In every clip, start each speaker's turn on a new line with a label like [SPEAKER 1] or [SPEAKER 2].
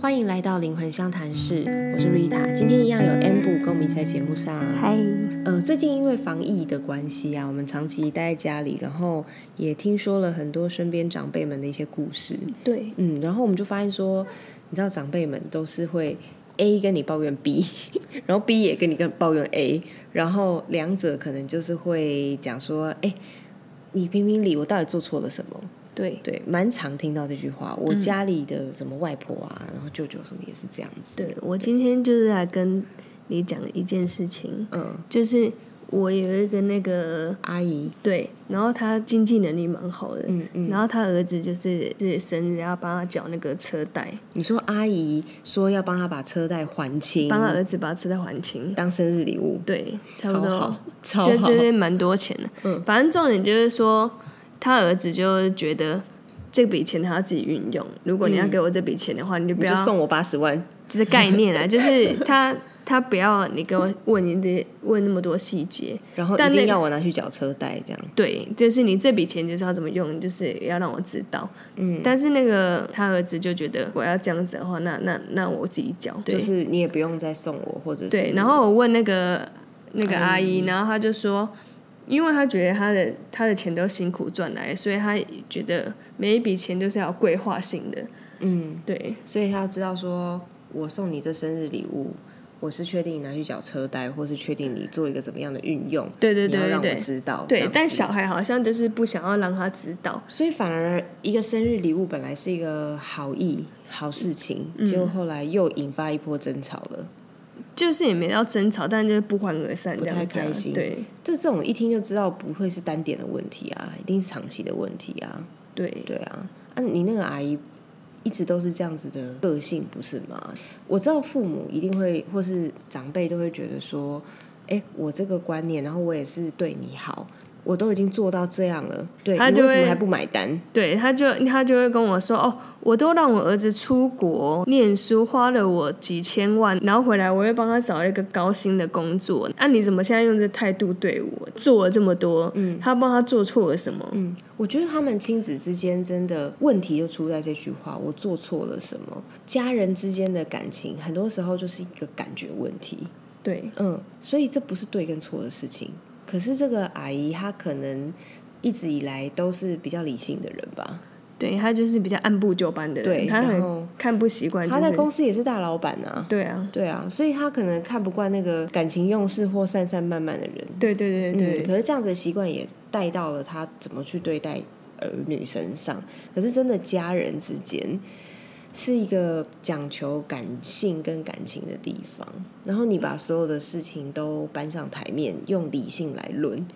[SPEAKER 1] 欢迎来到灵魂相谈室，我是 Rita。今天一样有 Amber 跟我们一起在节目上。
[SPEAKER 2] 嗨，
[SPEAKER 1] 呃，最近因为防疫的关系啊，我们长期待在家里，然后也听说了很多身边长辈们的一些故事。
[SPEAKER 2] 对，
[SPEAKER 1] 嗯，然后我们就发现说，你知道长辈们都是会 A 跟你抱怨 B，然后 B 也跟你跟抱怨 A，然后两者可能就是会讲说，哎，你评评理，我到底做错了什么？
[SPEAKER 2] 对，
[SPEAKER 1] 对，蛮常听到这句
[SPEAKER 2] 嗯
[SPEAKER 1] 话。我家里的什么外婆啊，然后舅舅什么也是这样子。
[SPEAKER 2] 对我今天就是来跟你讲一件事情，
[SPEAKER 1] 嗯，
[SPEAKER 2] 就是我有一个那个
[SPEAKER 1] 阿姨，
[SPEAKER 2] 对，然后他经济能力蛮好的，
[SPEAKER 1] 嗯嗯，
[SPEAKER 2] 然后他儿子就是自己生日要帮他缴那个车贷，
[SPEAKER 1] 你说阿姨说要帮她把车贷还清，
[SPEAKER 2] 帮他儿子把车贷还清，
[SPEAKER 1] 当生日礼物，
[SPEAKER 2] 对，差不
[SPEAKER 1] 超好
[SPEAKER 2] 多，，
[SPEAKER 1] 超
[SPEAKER 2] 就
[SPEAKER 1] 好
[SPEAKER 2] 就，是蛮多钱的。
[SPEAKER 1] 嗯
[SPEAKER 2] 反正重点就是说，他儿子就是觉得这笔钱他要自己运用，如果你要给我这笔钱的话，你就不
[SPEAKER 1] 嗯你
[SPEAKER 2] 要
[SPEAKER 1] 就送我八十万。
[SPEAKER 2] 这个概念啦， 就是他他不要你跟我问你这问那么多细节，
[SPEAKER 1] 然后
[SPEAKER 2] 但
[SPEAKER 1] 一定
[SPEAKER 2] 那
[SPEAKER 1] 要我拿去缴车贷，这样
[SPEAKER 2] 对，就是你这笔钱就是要怎么用，就是要让我知道。嗯，但是那个他儿子就觉得我要这样子的话，那那那我自己交。对、
[SPEAKER 1] 就是你也不用再送我，或者是
[SPEAKER 2] 对，然后我问那个那个阿姨，然后她就说。因为她觉得她的她的钱都辛苦赚来，所以她觉得每一笔钱都是要有规划性的。嗯，对，
[SPEAKER 1] 所以他要知道说，我送你这生日礼物，我是确定你拿去缴车贷，或是确定你做一个怎么样的运用，
[SPEAKER 2] 对对
[SPEAKER 1] 你要
[SPEAKER 2] 对对
[SPEAKER 1] 让我
[SPEAKER 2] 对
[SPEAKER 1] 知道，这
[SPEAKER 2] 对
[SPEAKER 1] 样。
[SPEAKER 2] 但
[SPEAKER 1] 子
[SPEAKER 2] 小孩好像就是不想要让他知道，
[SPEAKER 1] 所以反而一个生日礼物本来是一个好意、好事情，
[SPEAKER 2] 嗯
[SPEAKER 1] 结果后来又引发一波争吵了。
[SPEAKER 2] 就是也没到争吵，但就是不欢而散这样子啊、
[SPEAKER 1] 不太开心
[SPEAKER 2] 对
[SPEAKER 1] 这这种一听就知道不会是单点的问题啊，一定是长期的问题啊。
[SPEAKER 2] 对
[SPEAKER 1] 对啊，啊，你那个阿姨一直都是这样子的个性，不是吗？我知道父母一定会或是长辈都会觉得说，哎，我这个观念，然后我也是对你好，我都已经做到这样了，对
[SPEAKER 2] 他
[SPEAKER 1] 你
[SPEAKER 2] 就
[SPEAKER 1] 为什么
[SPEAKER 2] 会
[SPEAKER 1] 还不买单？
[SPEAKER 2] 对，他就他就会跟我说，哦，我都让我儿子出国念书，花了我几千万，然后回来我会帮他找一个高薪的工作，那、你怎么现在用这态度对我？做了这么多，嗯，他帮他做错了什么？嗯，
[SPEAKER 1] 我觉得他们亲子之间真的问题就出在这句话：我做错了什么？家人之间的感情，很多时候就是一个感觉问题。
[SPEAKER 2] 对
[SPEAKER 1] 嗯，所以这不是对跟错的事情。可是这个阿姨她可能一直以来都是比较理性的人吧？
[SPEAKER 2] 对，他就是比较按部就班的人，
[SPEAKER 1] 对
[SPEAKER 2] 他
[SPEAKER 1] 然
[SPEAKER 2] 很
[SPEAKER 1] 后
[SPEAKER 2] 看不习惯，就
[SPEAKER 1] 她在
[SPEAKER 2] 是
[SPEAKER 1] 公司也是大老板啊。
[SPEAKER 2] 对啊，
[SPEAKER 1] 对啊，所以她可能看不惯那个感情用事或散散漫漫的人。
[SPEAKER 2] 对对对对
[SPEAKER 1] 嗯，可是这样子的习惯也带到了他怎么去对待儿女身上。可是真的家人之间是一个讲求感性跟感情的地方，然后你把所有的事情都搬上台面，用理性来论，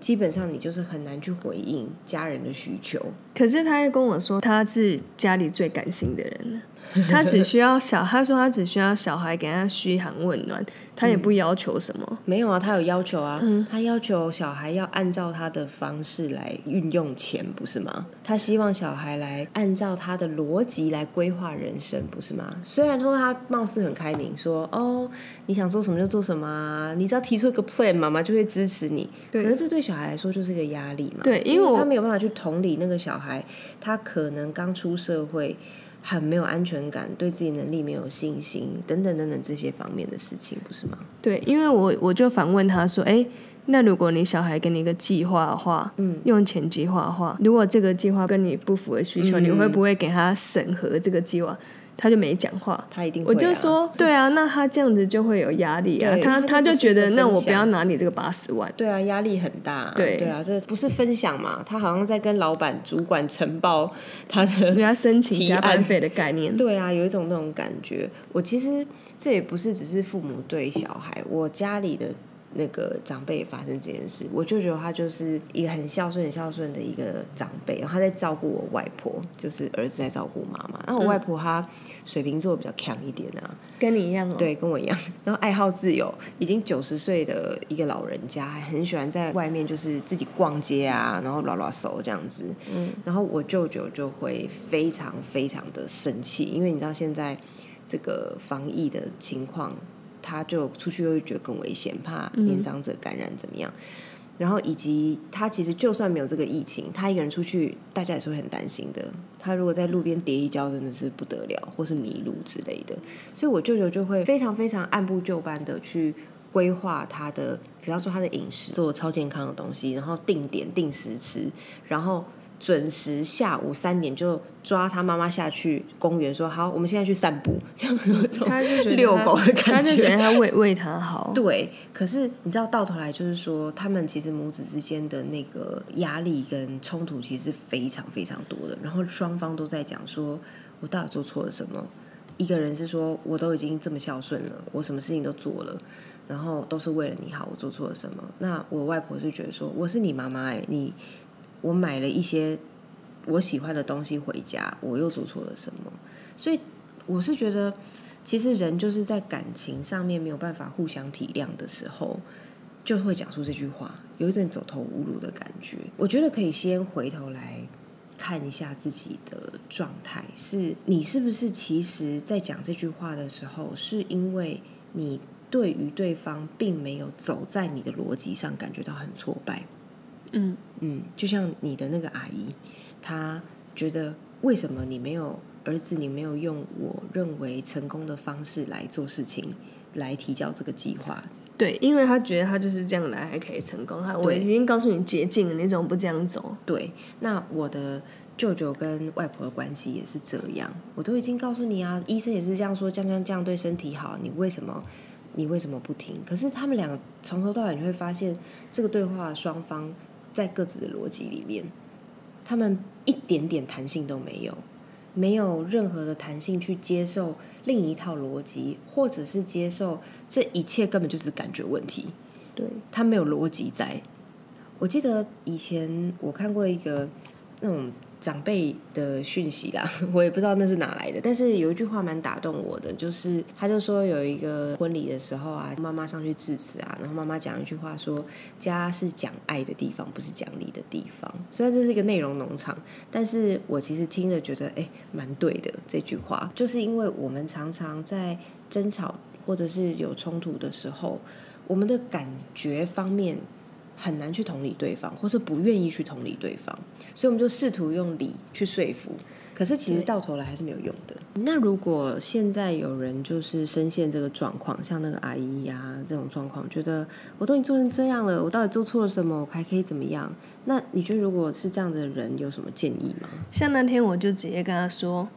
[SPEAKER 1] 基本上你就是很难去回应家人的需求。
[SPEAKER 2] 可是他又跟我说，他是家里最感性的人 了，他只需要小，他说他只需要小孩给他嘘寒问暖，他也不要求什么。
[SPEAKER 1] 没有啊，他有要求啊，
[SPEAKER 2] 嗯
[SPEAKER 1] 他要求小孩要按照他的方式来运用钱，不是吗？他希望小孩来按照他的逻辑来规划人生，不是吗？虽然说他貌似很开明，说哦，你想做什么就做什么啊，你只要提出一个 plan，妈妈就会支持你。可
[SPEAKER 2] 对
[SPEAKER 1] 是这对小孩来说就是一个压力嘛，
[SPEAKER 2] 对因为我
[SPEAKER 1] 他没有办法去同理那个小孩，他可能刚出社会。很没有安全感，对自己能力没有信心，等等等等这些方面的事情，不是吗？
[SPEAKER 2] 对，因为我我就反问他说，哎。那如果你小孩给你一个计划的话，嗯，用钱计划的话，如果这个计划跟你不符合需
[SPEAKER 1] 嗯
[SPEAKER 2] 求，你会不会给他审核这个计划？他就没讲话。
[SPEAKER 1] 他一定会、
[SPEAKER 2] 我
[SPEAKER 1] 啊。
[SPEAKER 2] 就说，对啊，那他这样子就会有压力啊。
[SPEAKER 1] 对他
[SPEAKER 2] 他
[SPEAKER 1] 就
[SPEAKER 2] 他
[SPEAKER 1] 不
[SPEAKER 2] 就是觉
[SPEAKER 1] 一个
[SPEAKER 2] 得，那
[SPEAKER 1] 分
[SPEAKER 2] 我不
[SPEAKER 1] 享
[SPEAKER 2] 要拿你这个八十万。
[SPEAKER 1] 对啊，压力很大。
[SPEAKER 2] 对
[SPEAKER 1] 啊，这不是分享嘛？他好像在跟老板、主管呈报他的。
[SPEAKER 2] 人家申 请
[SPEAKER 1] 提
[SPEAKER 2] 加
[SPEAKER 1] 案，
[SPEAKER 2] 班费的概念
[SPEAKER 1] 对啊，有一种那种感觉。我其实这也不是只是父母对小孩，我家里的那个长辈也发生这件事。我舅舅他就是一个很孝顺、很孝顺的一个长辈，然后他在照顾我外婆，就是儿子在照顾妈妈。然后我外婆她水瓶座比较强一点啊，
[SPEAKER 2] 跟你一样哦。
[SPEAKER 1] 对，跟我一样。 然后爱好自由，已经九十岁的一个老人家，还很喜欢在外面就是自己逛街啊，然后拉拉手这样子。嗯，然后我舅舅就会非常非常的生气，因为你知道现在这个防疫的情况，他就出去又会觉得更危险，怕年长者感染怎么样。然后以及他其实就算没有这个疫情，他一个人出去，大家也是会很担心的。他如果在路边跌一跤，真的是不得了，或是迷路之类的。所以我舅舅就会非常非常按部就班的去规划他的，比方说他的饮食，做超健康的东西，然后定点定时吃，然后。准时下午三点就抓他妈妈下去公园，说好，我们现在去散步，就有种
[SPEAKER 2] 他就觉 得
[SPEAKER 1] 遛
[SPEAKER 2] 他
[SPEAKER 1] 狗的
[SPEAKER 2] 他
[SPEAKER 1] 感
[SPEAKER 2] 就觉
[SPEAKER 1] 觉。
[SPEAKER 2] 得他为为他好，
[SPEAKER 1] 对，可是你知道，到头来就是说，他们其实母子之间的那个压力跟冲突其实是非常非常多的，然后双方都在讲说，我到底做错了什么？一个人是说，我都已经这么孝顺了，我什么事情都做了，然后都是为了你好，我做错了什么？那我外婆是觉得说，我是你妈妈哎、你我买了一些我喜欢的东西回家，我又做错了什么？所以我是觉得，其实人就是在感情上面没有办法互相体谅的时候，就会讲出这句话，有一阵走投无路的感觉。我觉得可以先回头来看一下自己的状态，是你是不是其实在讲这句话的时候，是因为你对于对方并没有走在你的逻辑上感觉到很挫败。
[SPEAKER 2] 嗯
[SPEAKER 1] 嗯，就像你的那个阿姨，她觉得为什么你没有儿子，你没有用我认为成功的方式来做事情，来提交这个计划？
[SPEAKER 2] 对，因为他觉得他就是这样来还可以成功，他我
[SPEAKER 1] 对
[SPEAKER 2] 已经告诉你捷径了，你怎么不这样走？
[SPEAKER 1] 对，那我的舅舅跟外婆的关系也是这样，我都已经告诉你啊，医生也是这样说，这样这样这样对身体好，你为什么你为什么不听？可是他们两个从头到尾，你会发现这个对话双方在各自的逻辑里面，他们一点点弹性都没有，没有任何的弹性去接受另一套逻辑，或者是接受这一切根本就是感觉问题。
[SPEAKER 2] 对，
[SPEAKER 1] 它没有逻辑在。我记得以前我看过一个那种长辈的讯息啦， 我也不知道那是哪来的，但是有一句话蛮打动我的，就是他就说有一个婚礼的时候啊，妈妈上去致辞啊，然后妈妈讲一句话说：“家是讲爱的地方，不是讲理的地方。”虽然这是一个内容农场，但是我其实听了觉得哎蛮对的这句话，就是因为我们常常在争吵或者是有冲突的时候，我们的感觉方面很难去同理对方，或是不愿意去同理对方，所以我们就试图用理去说服。可是其实
[SPEAKER 2] 对
[SPEAKER 1] 到头来还是没有用的。那如果现在有人就是深陷这个状况，像那个阿姨呀、这种状况，觉得我都已经做成这样了，我到底做错了什么？我还可以怎么样？那你觉得如果是这样的人，有什么建议吗？
[SPEAKER 2] 像那天我就直接跟他说，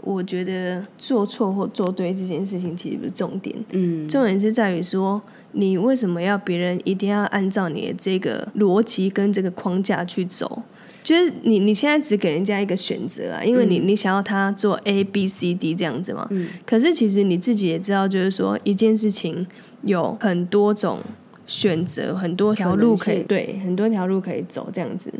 [SPEAKER 2] 我觉得做错或做对这件事情其实不是重点，
[SPEAKER 1] 嗯，
[SPEAKER 2] 重点是在于说，你为什么要别人一定要按照你的这个逻辑跟这个框架去走？就是你你现在只给人家一个选择啊，因为
[SPEAKER 1] 嗯
[SPEAKER 2] 你、你想要他做 A B C D 这样子嘛。可是其实你自己也知道，就是说一件事情有很多种选择，很多条路可
[SPEAKER 1] 可能
[SPEAKER 2] 以
[SPEAKER 1] 性
[SPEAKER 2] 对，很多条路可以走这样子。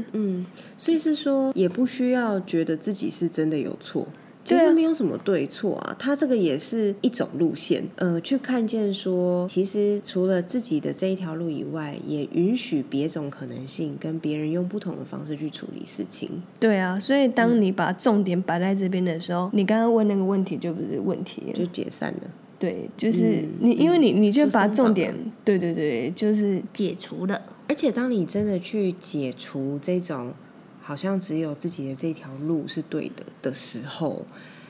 [SPEAKER 1] 所以是说，也不需要觉得自己是真的有错。其
[SPEAKER 2] 对
[SPEAKER 1] 实
[SPEAKER 2] 啊
[SPEAKER 1] 没有什么对错啊，它这个也是一种路线，呃，去看见说，其实除了自己的这一条路以外，也允许别种可能性，跟别人用不同的方式去处理事情。
[SPEAKER 2] 对啊，所以
[SPEAKER 1] 嗯
[SPEAKER 2] 当你把重点摆在这边的时候，你刚刚问那个问题就不是问题了
[SPEAKER 1] 就解散了。
[SPEAKER 2] 对，就是你，因为你你就
[SPEAKER 1] 就
[SPEAKER 2] 把
[SPEAKER 1] 松
[SPEAKER 2] 重
[SPEAKER 1] 绑
[SPEAKER 2] 点，对对对，就是解除了。
[SPEAKER 1] 而且，当你真的去解除这种好像只有自己的这条路是对的的时候，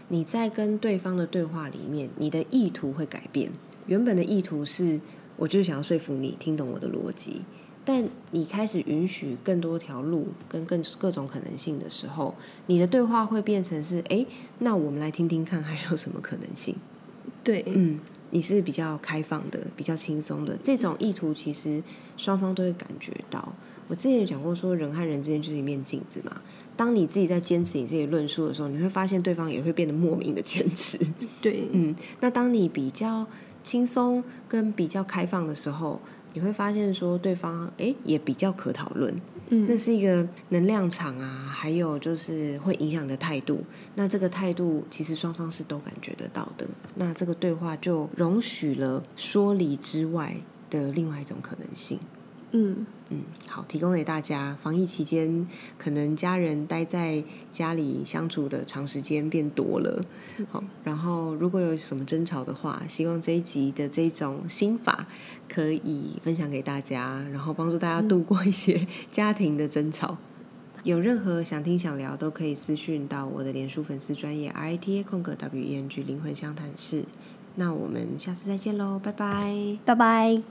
[SPEAKER 1] 你在跟对方的对话里面，你的意图会改变。原本的意图是，我就是想要说服你听懂我的逻辑，但你开始允许更多条路跟更各种可能性的时候，你的对话会变成是：诶，那我们来听听看还有什么可能性。
[SPEAKER 2] 对，
[SPEAKER 1] 嗯，你是比较开放的，比较轻松的，这种意图其实双方都会感觉到。我之前有讲过说，人和人之间就是一面镜子嘛。当你自己在坚持你自己的论述的时候，你会发现对方也会变得莫名的坚持。
[SPEAKER 2] 对，
[SPEAKER 1] 嗯，那当你比较轻松跟比较开放的时候，你会发现说对方诶也比较可讨论，
[SPEAKER 2] 嗯
[SPEAKER 1] 那是一个能量场啊，还有就是会影响你的态度。那这个态度其实双方是都感觉得到的。那这个对话就容许了说理之外的另外一种可能性。
[SPEAKER 2] 嗯，
[SPEAKER 1] 嗯，好，提供给大家。防疫期间，可能家人待在家里相处的长时间变多了。好，然后如果有什么争吵的话，希望这一集的这种心法可以分享给大家，然后帮助大家度过一些 家庭的争吵。有任何想听想聊，都可以私讯到我的脸书粉丝专业 R I T A 空格 W E N G 灵魂相谈室。那我们下次再见喽，拜拜。
[SPEAKER 2] 拜拜。